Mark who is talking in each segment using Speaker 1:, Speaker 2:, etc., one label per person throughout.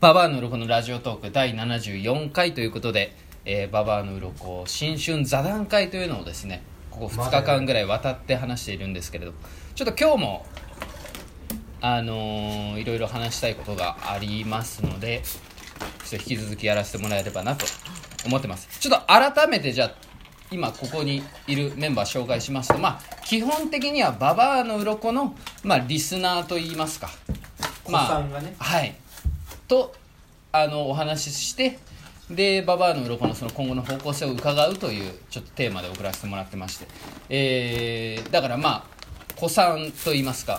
Speaker 1: ババアの鱗のラジオトーク第74回ということで、えー、ババアの鱗新春座談会というのをですねここ2日間ぐらい渡って話しているんですけれどちょっと今日もあのーいろいろ話したいことがありますのでちょっと引き続きやらせてもらえればなと思ってますちょっと改めてじゃあ今ここにいるメンバー紹介しますとまあ基本的にはババアの鱗のまあリスナーといいますか
Speaker 2: 子さんがね
Speaker 1: はいとあのお話ししてでババアの鱗のその今後の方向性を伺うというちょっとテーマで送らせてもらってまして、えーだからまあ子さんといいますか、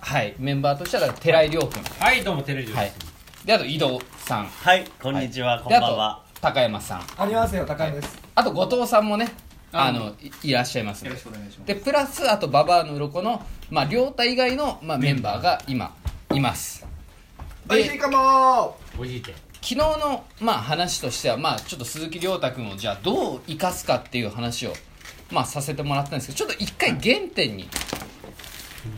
Speaker 1: はい、メンバーとしてはだから寺井亮君、
Speaker 3: はい、どうも、テレビです。
Speaker 1: はい、であと井戸さん
Speaker 4: はい、こんにちは、こん
Speaker 1: で
Speaker 4: ば
Speaker 1: あ
Speaker 4: んは。
Speaker 1: と高山さん
Speaker 2: ありますよ高井です
Speaker 1: あと後藤さんもねあのいいらっしゃいますので
Speaker 2: お願いしま
Speaker 1: でプラスあとババアの鱗のまあ亮太以外の、まあ、メンバーが今います
Speaker 2: おいしいかも
Speaker 3: おじいて。
Speaker 1: 昨日の、まあ、話としては、まあ、ちょっと鈴木亮太君をじゃあどう生かすかっていう話を、まあ、させてもらったんですけどちょっと一回原点に、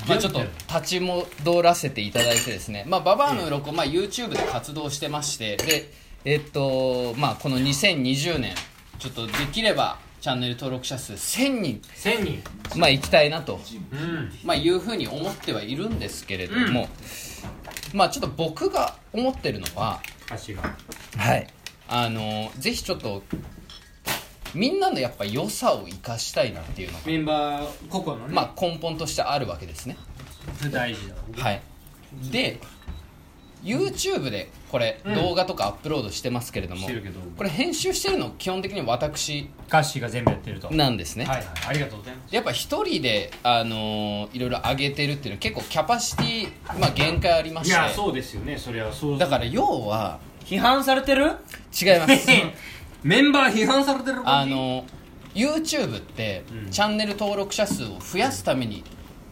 Speaker 1: まあ、ちょっと立ち戻らせていただいてですね「まあ、ババアの鱗、まあ YouTube で活動してましてで、えっとまあ、この2020年ちょっとできればチャンネル登録者数1000人、
Speaker 3: 千人。
Speaker 1: まあ、行きたいなと。
Speaker 3: うん。
Speaker 1: まあ、いうふうに思ってはいるんですけれども、まあちょっと僕が思ってるのは、
Speaker 3: 足が。
Speaker 1: はい、あのぜひちょっとみんなのやっぱ良さを生かしたいなっていうのが、
Speaker 2: メンバー個々のね
Speaker 1: まあ、根本としてあるわけですね、
Speaker 3: 大事だ。
Speaker 1: はい、で YouTube でこれ
Speaker 3: ん
Speaker 1: 動画とかアップロードしてますけれど
Speaker 3: し
Speaker 1: も、
Speaker 3: てるけど。
Speaker 1: これ編集してるの基本的に私
Speaker 3: ガッシーが全部やってると。はい
Speaker 1: なんですね、
Speaker 3: はい、ありがとうございます。
Speaker 1: やっぱ一人で、あのーいろいろ上げてるっていうのは結構キャパシティ、まあ、限界ありま
Speaker 3: い
Speaker 1: して
Speaker 3: や、そうですよね、それはそう。
Speaker 1: だから要は
Speaker 4: 批判されてる
Speaker 1: 違います
Speaker 3: メンバー批判されてる
Speaker 1: あ、の YouTube って、
Speaker 3: うん
Speaker 1: チャンネル登録者数を増やすために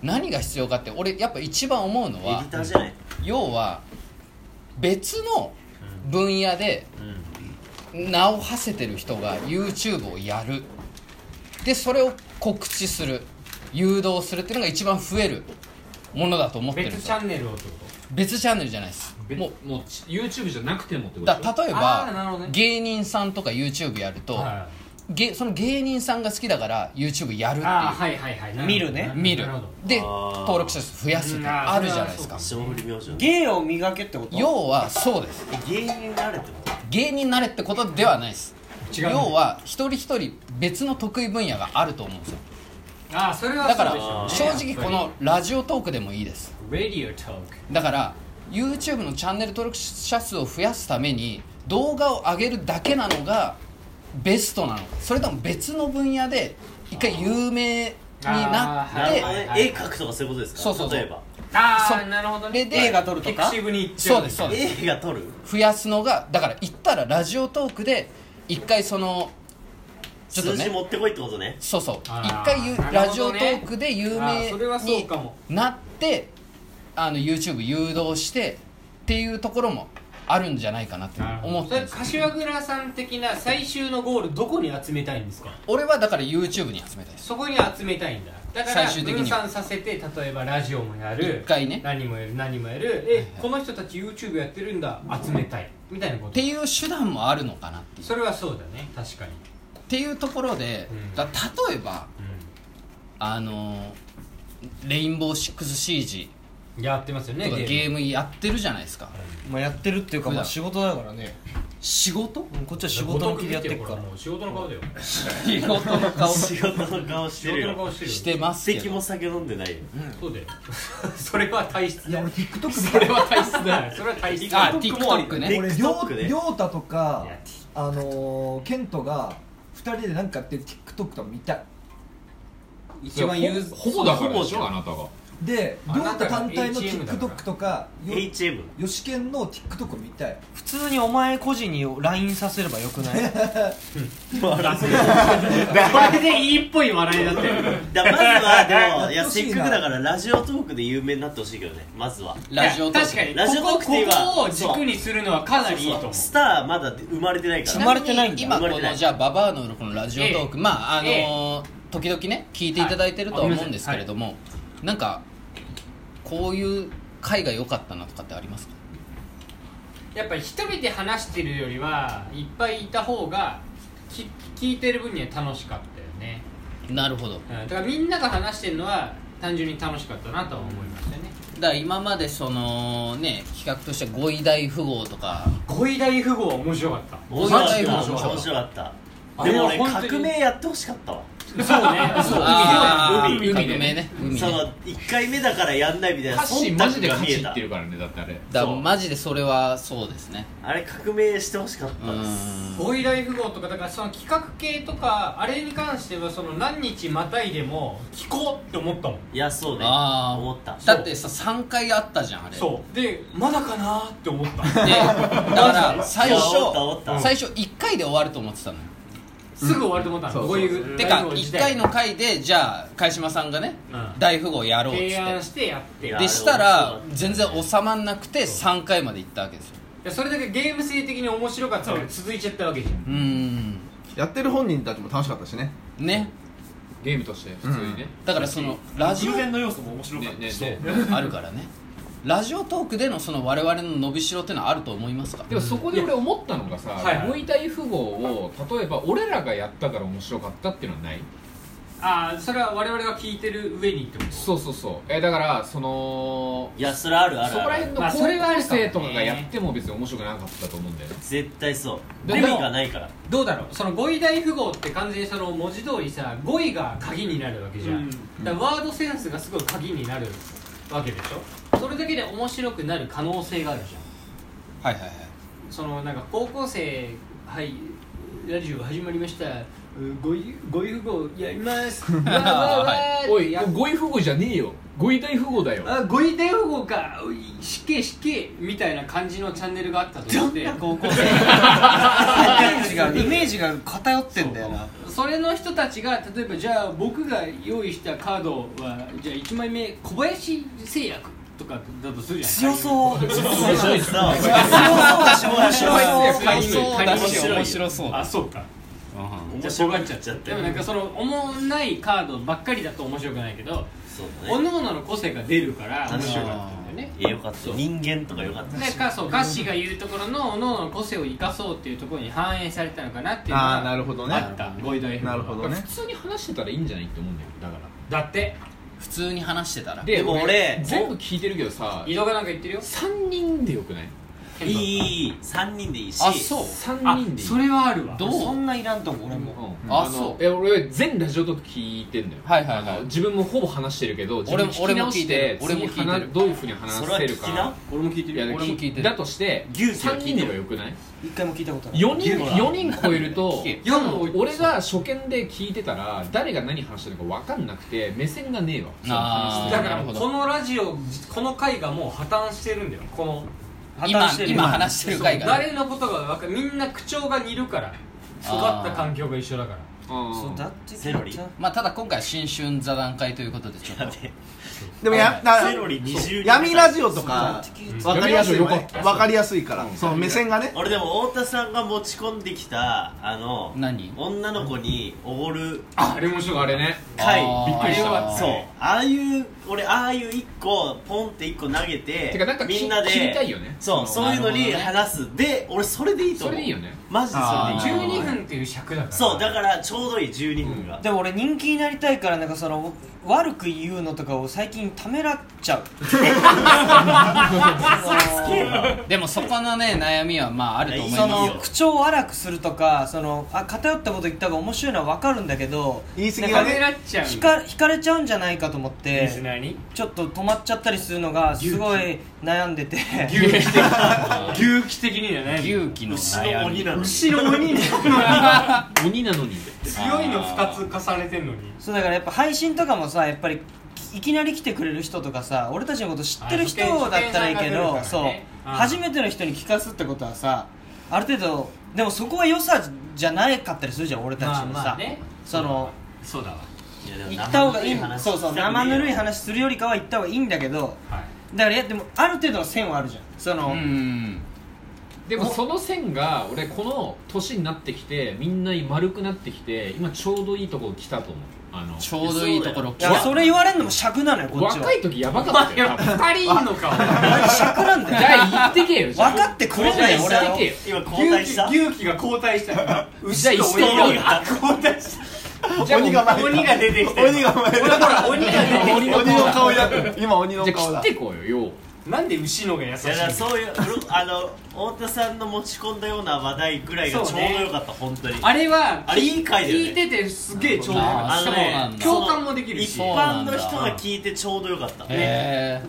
Speaker 1: 何が必要かって俺やっぱ一番思うの
Speaker 4: エデ
Speaker 1: は
Speaker 4: ィターじゃない
Speaker 1: 要は別の分野で
Speaker 3: うん。
Speaker 1: 名を馳せてる人が YouTube をやるでそれを告知する誘導するっていうのが一番増えるものだと思ってるんで
Speaker 3: 別
Speaker 1: す
Speaker 3: チ
Speaker 1: よ
Speaker 3: ャンネルをってこ
Speaker 1: 別チャンネルじゃないです
Speaker 3: と
Speaker 1: もう
Speaker 3: う、もう、YouTube じゃなくてもってこ
Speaker 1: だ例え
Speaker 2: あーなるほど
Speaker 1: ば
Speaker 2: ね
Speaker 1: 芸人さんとか YouTube やると、
Speaker 3: は
Speaker 1: げその芸人さんが好きだから YouTube やるっ
Speaker 3: い。
Speaker 1: て
Speaker 3: ああ、
Speaker 1: いう
Speaker 3: はいはいはい。な
Speaker 4: 見るね
Speaker 1: 見る
Speaker 3: なるほど。
Speaker 1: で
Speaker 4: あー
Speaker 1: 登録者数増やすって
Speaker 3: うんあー
Speaker 1: あるじゃないですか
Speaker 4: 霜降り明星の。
Speaker 5: 芸を磨けってこと
Speaker 1: 要はそうです
Speaker 4: 芸人になれってこと
Speaker 1: 芸人になれってことではないです
Speaker 3: 違
Speaker 1: 要
Speaker 3: うね
Speaker 1: は一人一人別の得意分野があると思うんですよ
Speaker 3: ああ、それは
Speaker 1: だか
Speaker 3: そう
Speaker 1: ら
Speaker 3: でし
Speaker 1: 正
Speaker 3: ょうね
Speaker 1: 直この。ラジオトークでもいいです
Speaker 3: ラディオトーク。
Speaker 1: だから YouTube のチャンネル登録者数を増やすために動画を上げるだけなのがベストなのかそれとも別の分野で一回有名にな
Speaker 3: あー
Speaker 1: って
Speaker 3: なるほどね
Speaker 4: あの絵描くとかそういうことですか
Speaker 1: そうそうそう
Speaker 4: 例えば。
Speaker 3: あ
Speaker 1: そ
Speaker 3: あ、なるほど
Speaker 1: で
Speaker 3: ね。
Speaker 1: で
Speaker 5: 映画撮ると
Speaker 3: ピク
Speaker 5: か
Speaker 3: シブに行っちゃう。
Speaker 1: そうですそうです
Speaker 4: 映画撮る
Speaker 1: 増やすのがだから言ったらラジオトークで一回そのちょっと
Speaker 4: 数字
Speaker 1: ね
Speaker 4: 持ってこいってことね。
Speaker 1: そうそう一
Speaker 3: あー
Speaker 1: 回ゆ
Speaker 3: なるほどね
Speaker 1: ラジオトークで有
Speaker 3: あー
Speaker 1: 名
Speaker 3: それはそう
Speaker 1: に
Speaker 3: かも
Speaker 1: なってあの YouTube 誘導してっていうところもあるんじゃないかなって思ってるんです
Speaker 3: 柏倉さん的な最終のゴールどこに集めたいんですか
Speaker 1: 俺はだから YouTube に集めたいです
Speaker 3: そこに集めたいんだだから
Speaker 1: 最終的に
Speaker 3: 分散させて例えばラジオもやる
Speaker 1: 一回ね
Speaker 3: 何もやる何もやるえ、この人たち YouTube やってるんだ集めたいみたいなこ
Speaker 1: っ
Speaker 3: と
Speaker 1: ていう手段もあるのかなっていう
Speaker 3: それはそうだね確かに、
Speaker 1: っていうところで
Speaker 3: うん
Speaker 1: だ例えばあのレインボー 6CG
Speaker 3: うん、やってますよ
Speaker 1: と
Speaker 3: ね
Speaker 1: かゲームやってるじゃないですか
Speaker 5: まあやってるっていうか
Speaker 1: 普段
Speaker 5: まあ仕事だからね
Speaker 1: 仕事
Speaker 5: うんこっちは仕事の気でやってっから
Speaker 3: もう仕事の顔だよ
Speaker 1: 仕事の顔
Speaker 4: 仕事の顔し
Speaker 3: 仕
Speaker 4: てる
Speaker 3: 事の
Speaker 4: よ。
Speaker 3: 顔してるよ
Speaker 1: してますけ
Speaker 4: 席も
Speaker 1: ど
Speaker 4: 酒飲んでないよ。
Speaker 3: そうだよ それは体質だよ
Speaker 5: TikTok
Speaker 3: それは体質だよそれは体質だ
Speaker 1: あ TikTok ね
Speaker 5: 俺
Speaker 4: TikTok で
Speaker 5: りょうたとか
Speaker 3: いや
Speaker 5: あのーケントが二人でなんかやってる TikTok とか見たい
Speaker 3: 一番ユーズ
Speaker 6: ほぼだからでしょあなたが
Speaker 5: で
Speaker 3: あ
Speaker 5: りょう
Speaker 3: なた
Speaker 5: た
Speaker 3: が
Speaker 5: 単体の
Speaker 3: HM だから
Speaker 5: TikTok とかよ
Speaker 4: HM。
Speaker 5: よしけんの TikTok を見たい
Speaker 7: 普通にお前個人に LINE させればよくない
Speaker 4: 笑ってる
Speaker 3: これでいいっぽい笑いだったよ
Speaker 4: だからまずは、でも、い
Speaker 5: やっ
Speaker 4: や、
Speaker 5: てほし
Speaker 4: せ
Speaker 5: い
Speaker 4: っ
Speaker 5: な
Speaker 4: かくだからラジオトークで有名になってほしいけどね、まずは。
Speaker 1: ラジオトーク
Speaker 3: 確かに
Speaker 4: ラジオトークって今
Speaker 3: ここここを軸にするのはかなりいいと思う
Speaker 4: スターまだ生まれてないか
Speaker 1: ち
Speaker 4: ら。
Speaker 1: なみ
Speaker 7: 生まれてないん
Speaker 1: に
Speaker 7: だ
Speaker 1: 今こ
Speaker 4: 生まれてな
Speaker 1: の
Speaker 4: い
Speaker 1: じゃあババアのこのラジオトーク
Speaker 3: ええ
Speaker 1: まああのー時々ね聞いていただいてるとは思うんですけれどもなんかこういう回が良かったなとかってありますか
Speaker 3: やっぱり一人で話してるよりはいっぱいいた方がき聞いてる分には楽しかったよね、
Speaker 1: なるほど
Speaker 3: うん、だからみんなが話してるのは単純に楽しかったなとは思いましたね
Speaker 1: だから今までそのね企画として五位大富豪とか
Speaker 3: 恋大富豪は面白かった
Speaker 4: 面白
Speaker 1: 面
Speaker 4: かった
Speaker 1: 白い
Speaker 4: 面白かった
Speaker 3: あ
Speaker 4: で
Speaker 3: れ
Speaker 4: も
Speaker 3: は
Speaker 4: 俺
Speaker 3: 本当に
Speaker 4: 革命やってほしかったわ
Speaker 3: そうねそう
Speaker 1: あー
Speaker 3: 海
Speaker 1: 革
Speaker 3: で海
Speaker 1: 命
Speaker 3: で
Speaker 1: ね海ね
Speaker 4: その1回目だからやんないみたいな
Speaker 6: 歌詞
Speaker 4: 忖
Speaker 6: マジ
Speaker 4: 度
Speaker 6: で
Speaker 4: が
Speaker 6: 勝
Speaker 4: 見
Speaker 6: ち
Speaker 4: え
Speaker 6: 言
Speaker 4: た
Speaker 6: ってるからねだってあれ
Speaker 1: だから
Speaker 6: そう
Speaker 1: マジでそれはそうですね
Speaker 4: あれ革命してほしかっ
Speaker 1: う
Speaker 4: たです
Speaker 1: ん
Speaker 3: 恋大富豪とかだからその企画系とかあれに関してはその何日またいでも聞こうって思ったもん
Speaker 4: いやそうね
Speaker 1: ああ
Speaker 4: 思った
Speaker 1: だってさ3回あったじゃんあれ
Speaker 3: そうでまだかなーって思った
Speaker 1: でだから最初
Speaker 4: 煽った煽った
Speaker 1: 最初1回で終わると思ってたのよ
Speaker 3: すぐ終わると思った
Speaker 6: そ
Speaker 3: の
Speaker 6: う
Speaker 3: こういう
Speaker 1: てか1回の回でじゃあ貝島さんがね
Speaker 3: うん
Speaker 1: 大富豪やろうっつっ
Speaker 3: 提案
Speaker 1: て
Speaker 3: してやって
Speaker 4: いや
Speaker 1: でしたら
Speaker 4: あれ
Speaker 1: 全然収まんなくて3回まで行ったわけですよ
Speaker 3: でそれだけゲーム性的に面白かったから続いちゃったわけじゃん
Speaker 1: うーん
Speaker 8: やってる本人たちも楽しかったしね
Speaker 1: ね
Speaker 6: ゲームとして普通にね、
Speaker 1: だからそのラジオ
Speaker 7: 偶然の要素も面白かっ
Speaker 6: ね
Speaker 7: た
Speaker 6: ね
Speaker 7: し
Speaker 6: ね
Speaker 1: あるからねラジオトークでのその我々の伸びしろってのはあると思いますか
Speaker 6: でもそこで俺思ったのがさ
Speaker 3: いやはい
Speaker 6: 「向いたい富豪」を例えば俺らがやったから面白かったっていうのはない
Speaker 3: ああそれは我々が聞いてる上にってこ
Speaker 6: そうそうそうえだからその
Speaker 4: いやそれあるあ
Speaker 6: そ
Speaker 4: る
Speaker 6: こら
Speaker 4: ある
Speaker 6: 辺の
Speaker 3: まあ
Speaker 6: 高
Speaker 3: それはあ
Speaker 6: 校
Speaker 3: るかもね
Speaker 6: 生とかがやっても別に面白くなかったと思うんだよね
Speaker 4: 絶対そう
Speaker 6: で
Speaker 4: 語
Speaker 6: も
Speaker 4: 彙がないから
Speaker 3: とどうだろうその語彙大富豪って完全にその文字通りさ語彙が鍵になるわけじゃん、だからワードセンスがすごい鍵になるわけでしょそれだけで面白くなる可能性があるじゃ
Speaker 1: は
Speaker 3: ん
Speaker 1: いはいはい
Speaker 3: そのなんか高校生はいラジオ始まりましたう語彙語彙符号やりますわーわーわー
Speaker 6: おい
Speaker 3: やっ
Speaker 6: 語彙富豪じゃねえよ語彙大富豪だよ
Speaker 3: あ語彙大富豪かおいしけしけみたいな感じのチャンネルがあったと思って
Speaker 7: 高 校生イメージがイメージが偏ってんだよな
Speaker 3: それの人たちが例えばじゃあ僕が用意したカードはじゃあ1枚目小林製薬とかだとするじゃん
Speaker 7: 強そう強そう
Speaker 4: 面白いっすな
Speaker 7: だし面白そう
Speaker 1: 海藻だし面白そう
Speaker 3: あそうか
Speaker 4: 面
Speaker 3: じゃあ
Speaker 4: 白
Speaker 3: 尖
Speaker 4: が
Speaker 3: っ
Speaker 4: っ
Speaker 3: ち
Speaker 4: ち
Speaker 3: ゃ
Speaker 4: ゃ
Speaker 3: っ
Speaker 4: って
Speaker 3: で
Speaker 4: て
Speaker 3: もなんかその重ないカードばっかりだと面白くないけど
Speaker 4: そうだ
Speaker 3: 各
Speaker 4: ね
Speaker 3: 々の個性が出るから面白かったんだよね
Speaker 4: いやよかった人間とかよかった
Speaker 3: なんかそうガッシーが言うところの各々の個性を生かそうっていうところに反映されたのかなっていうの
Speaker 8: ああな
Speaker 3: が
Speaker 8: るほどね
Speaker 3: あったご意見
Speaker 8: なるほどね
Speaker 6: 普通に話してたらいいんじゃないって思うんだよだから
Speaker 3: だって
Speaker 1: 普通に話してたら
Speaker 6: で
Speaker 4: でも俺
Speaker 6: 全部聞いてるけどさ
Speaker 3: 井戸がなんか言ってるよ
Speaker 6: 3人でよくない
Speaker 4: いいいいいい3人でいいし
Speaker 1: あそう
Speaker 6: 3
Speaker 3: あ
Speaker 6: 人でいい
Speaker 3: それはあるわ
Speaker 1: どう
Speaker 7: そんないらんと思う俺も
Speaker 6: うん
Speaker 1: あ
Speaker 6: の
Speaker 1: そう
Speaker 6: え俺全ラジオトーク聞いてんだよ
Speaker 1: はいはいはい
Speaker 6: あの自分もほぼ話してるけど自
Speaker 1: 俺
Speaker 6: 分
Speaker 1: も俺も聞いてる
Speaker 6: 聞き直して
Speaker 1: 俺も聞いてる
Speaker 6: 次話どういうふうに話
Speaker 4: それは
Speaker 6: せる
Speaker 4: 聞きな
Speaker 6: か
Speaker 3: 俺も聞いて
Speaker 6: いや
Speaker 1: 俺も聞いてる
Speaker 6: だとして
Speaker 4: 牛耳を聞いて
Speaker 6: 3人ではよくない
Speaker 7: 一回も聞いたことない
Speaker 6: 4人四人超えると
Speaker 1: 聞
Speaker 3: 4も
Speaker 6: 俺が初見で聞いてたら誰が何話してるのか分かんなくて目線がねえわその話
Speaker 1: あー
Speaker 6: して
Speaker 3: だ
Speaker 6: る
Speaker 3: か
Speaker 1: な
Speaker 3: ら
Speaker 1: るほど
Speaker 3: このラジオこの回がもう破綻してるんだよこの
Speaker 1: 今今話してる回がね
Speaker 3: 誰のことがわかるみんな口調が似るから育った環境が一緒だから
Speaker 6: うん
Speaker 7: そうだって
Speaker 4: セロリ
Speaker 1: まあただ今回は新春座談会ということでちょっと
Speaker 8: でもやだ
Speaker 4: セロリ20
Speaker 8: 闇ラジオとか分かりやすい
Speaker 6: 闇ラジオよかった
Speaker 8: 分かりやすいからその目線がね
Speaker 4: 俺でも太田さんが持ち込んできたあの
Speaker 1: 何
Speaker 4: 女の子におごる
Speaker 6: あれ面白いあれね
Speaker 4: 回
Speaker 1: あー
Speaker 6: びっくりした
Speaker 4: あれはそうああいう俺ああいう1個ポンって1個投げて
Speaker 6: てかなんかき
Speaker 4: みんなで
Speaker 6: 切りたいよね
Speaker 4: そう
Speaker 1: その
Speaker 4: そういうのに
Speaker 1: なるほどね
Speaker 4: 話す、で俺それでいいと
Speaker 6: そ
Speaker 4: 思う
Speaker 6: れでいいよね
Speaker 4: マジでそれでいい
Speaker 1: あー
Speaker 3: 12分っていう尺だから
Speaker 4: そうだからちょうどいい12分が、
Speaker 7: でも俺人気になりたいからなんかその悪く言うのとかを最近ためらっちゃう
Speaker 1: でもそこのね悩みはまああると思い
Speaker 7: そ
Speaker 1: ま
Speaker 7: の
Speaker 1: す
Speaker 7: その口調を荒くするとかそのあ偏ったこと言った方が面白いのは分かるんだけど
Speaker 8: 言い過ぎ
Speaker 7: な
Speaker 8: は
Speaker 7: んか
Speaker 3: 金なっちゃう
Speaker 7: 引か引かれちゃうんじゃないかと思っ
Speaker 3: リス
Speaker 7: て
Speaker 3: ナーに
Speaker 7: ちょっと止まっちゃったりするのがすごい悩んでて
Speaker 3: 牛気的牛気的にはね
Speaker 1: 牛気の
Speaker 4: 牛の
Speaker 1: 悩み
Speaker 4: 鬼なのに
Speaker 3: 牛の鬼に
Speaker 6: 鬼なのに
Speaker 3: 強いの2つ重ねてんのに
Speaker 7: そうだからやっぱ配信とかもさやっぱりいきなり来てくれる人とかさ俺たちのこと知ってる人
Speaker 3: あ初見
Speaker 7: だったらいいけど、
Speaker 3: 初見さ
Speaker 7: そ
Speaker 3: ん
Speaker 7: う
Speaker 3: が来るからねうん
Speaker 7: 初めての人に聞かすってことはさある程度でもそこは良さじゃないかったりするじゃん俺たちのさ、その
Speaker 3: そうだわ
Speaker 4: いやでも
Speaker 7: 行った方がいい
Speaker 4: 生ぬる話
Speaker 7: そうそう
Speaker 4: したくねえよ
Speaker 7: 生ぬるい話するよりかは行った方がいいんだけど
Speaker 3: はい
Speaker 7: だからいやでもある程度の線はあるじゃんその、
Speaker 1: うん
Speaker 6: でもその線が俺この年になってきてみんなに丸くなってきて今ちょうどいいとこ来たと思うあの
Speaker 1: ちょうどいいところ
Speaker 7: いやそれ言われんのも尺なのよこっちは
Speaker 6: 若い時やばかっ たよ多分
Speaker 3: 二人の顔
Speaker 7: 尺なん
Speaker 6: じ
Speaker 7: だよ
Speaker 6: ゃあ行ってけよ
Speaker 7: 分かってくれないよ俺
Speaker 6: 行っ
Speaker 7: は
Speaker 6: てけよ
Speaker 4: 今交代した
Speaker 3: 牛気が交代したから
Speaker 6: じゃあ石と
Speaker 4: 鬼が交代し
Speaker 6: じゃあもう
Speaker 4: た鬼が出てきて
Speaker 8: 鬼が前
Speaker 3: ほらほら鬼が出てきて
Speaker 8: 鬼の顔や今鬼の
Speaker 6: じゃ
Speaker 8: 顔
Speaker 6: あ切
Speaker 8: だ
Speaker 6: ってこうよよう
Speaker 3: なんで牛のが優しい
Speaker 4: いやだからそういうあの太田さんの持ち込んだような話題ぐらいがちょうどよかった、本当に
Speaker 3: あれは
Speaker 4: あれいい回だよね
Speaker 3: 聞いててすげえちょうどよか
Speaker 1: あ
Speaker 3: っ
Speaker 1: そうなん
Speaker 3: た
Speaker 1: だ
Speaker 3: 共感もできる
Speaker 4: 一
Speaker 3: し
Speaker 1: そう
Speaker 4: 般の人が聞いてちょうどよかった
Speaker 1: へえ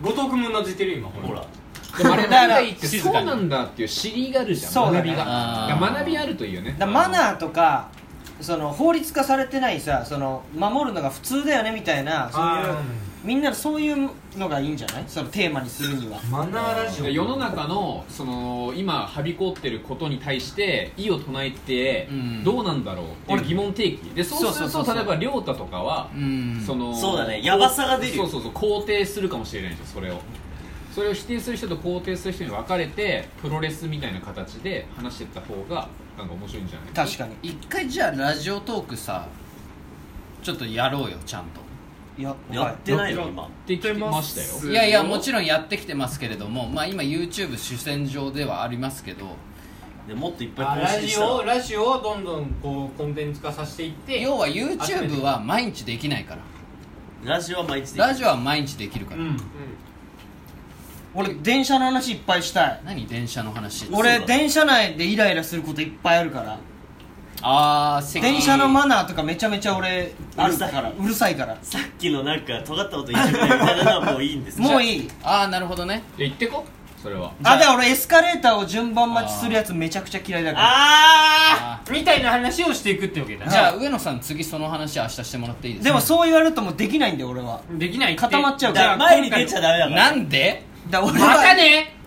Speaker 3: 後藤君もなじってる今ほら
Speaker 4: ほら
Speaker 6: でもあれ
Speaker 7: だから
Speaker 6: 仲いいってそうなんだっていう知りがあるじゃん
Speaker 7: そうだ
Speaker 6: 学
Speaker 7: ね
Speaker 6: びが
Speaker 1: あ
Speaker 6: だ
Speaker 1: ー
Speaker 6: から学びあるといいよね
Speaker 7: だからマナーとかその法律化されてないさその守るのが普通だよねみたいなそういうみんなそういうのがいいんじゃないそのテーマにするには
Speaker 3: マナーラジオ
Speaker 6: 世の中のその今はびこってることに対して異を唱えて
Speaker 1: うん
Speaker 6: どうなんだろうっていう疑問提起でそうする
Speaker 7: そうそうそ
Speaker 6: と
Speaker 7: うそ
Speaker 6: 例
Speaker 7: う
Speaker 6: えば亮太とかは
Speaker 1: うん
Speaker 6: その
Speaker 4: そうだねやばさが出るよ
Speaker 6: そうそうそう肯定するかもしれないじゃんそれをそれを否定する人と肯定する人に分かれてプロレスみたいな形で話してった方がなんか面白いんじゃない
Speaker 7: 確かに
Speaker 1: 一回じゃあラジオトークさちょっとやろうよちゃんと
Speaker 7: いや
Speaker 4: やってないよ今
Speaker 6: ってきましたよ
Speaker 1: いやいやもちろんやってきてますけれどもまあ今 YouTube 主戦場ではありますけど
Speaker 4: でもっといっぱ
Speaker 3: あ
Speaker 4: い更
Speaker 3: ラ
Speaker 4: 新し
Speaker 3: ジ
Speaker 4: た
Speaker 3: オ
Speaker 4: ら
Speaker 3: ラジオをどんどんこうコンテンツ化させていって
Speaker 1: 要は YouTube は毎日できないから
Speaker 4: ラジオは毎日できる
Speaker 1: ラジオは毎日できるか
Speaker 3: う
Speaker 1: ら、
Speaker 3: ん
Speaker 7: 俺電車の話いっぱいしたい
Speaker 1: 何電車の話
Speaker 7: 俺電車内でイライラすることいっぱいあるから
Speaker 1: ああ
Speaker 7: 電車のマナーとかめちゃめちゃ俺あるからうるさいから
Speaker 4: さっきのなんか尖ったこと言っちゃったみたいなのはもういいんです
Speaker 7: もう
Speaker 4: い
Speaker 7: いい
Speaker 1: ああなるほどね
Speaker 6: いや行ってこそれは
Speaker 7: あだから俺エスカレーターを順番待ちするやつめちゃくちゃ嫌いだから
Speaker 4: あ
Speaker 1: あ
Speaker 3: みたいな話をしていくってわけだ
Speaker 1: ーじゃあ上野さん次その話明日してもらっていいですか
Speaker 7: でもそう言われるともうできないんだよ俺は
Speaker 3: できないって
Speaker 7: 固まっちゃ
Speaker 4: ー
Speaker 7: う
Speaker 4: だ
Speaker 7: か
Speaker 4: からら前に出ちゃダメだか
Speaker 1: な
Speaker 4: ら
Speaker 1: んで
Speaker 7: だから俺
Speaker 3: また
Speaker 7: は
Speaker 3: ね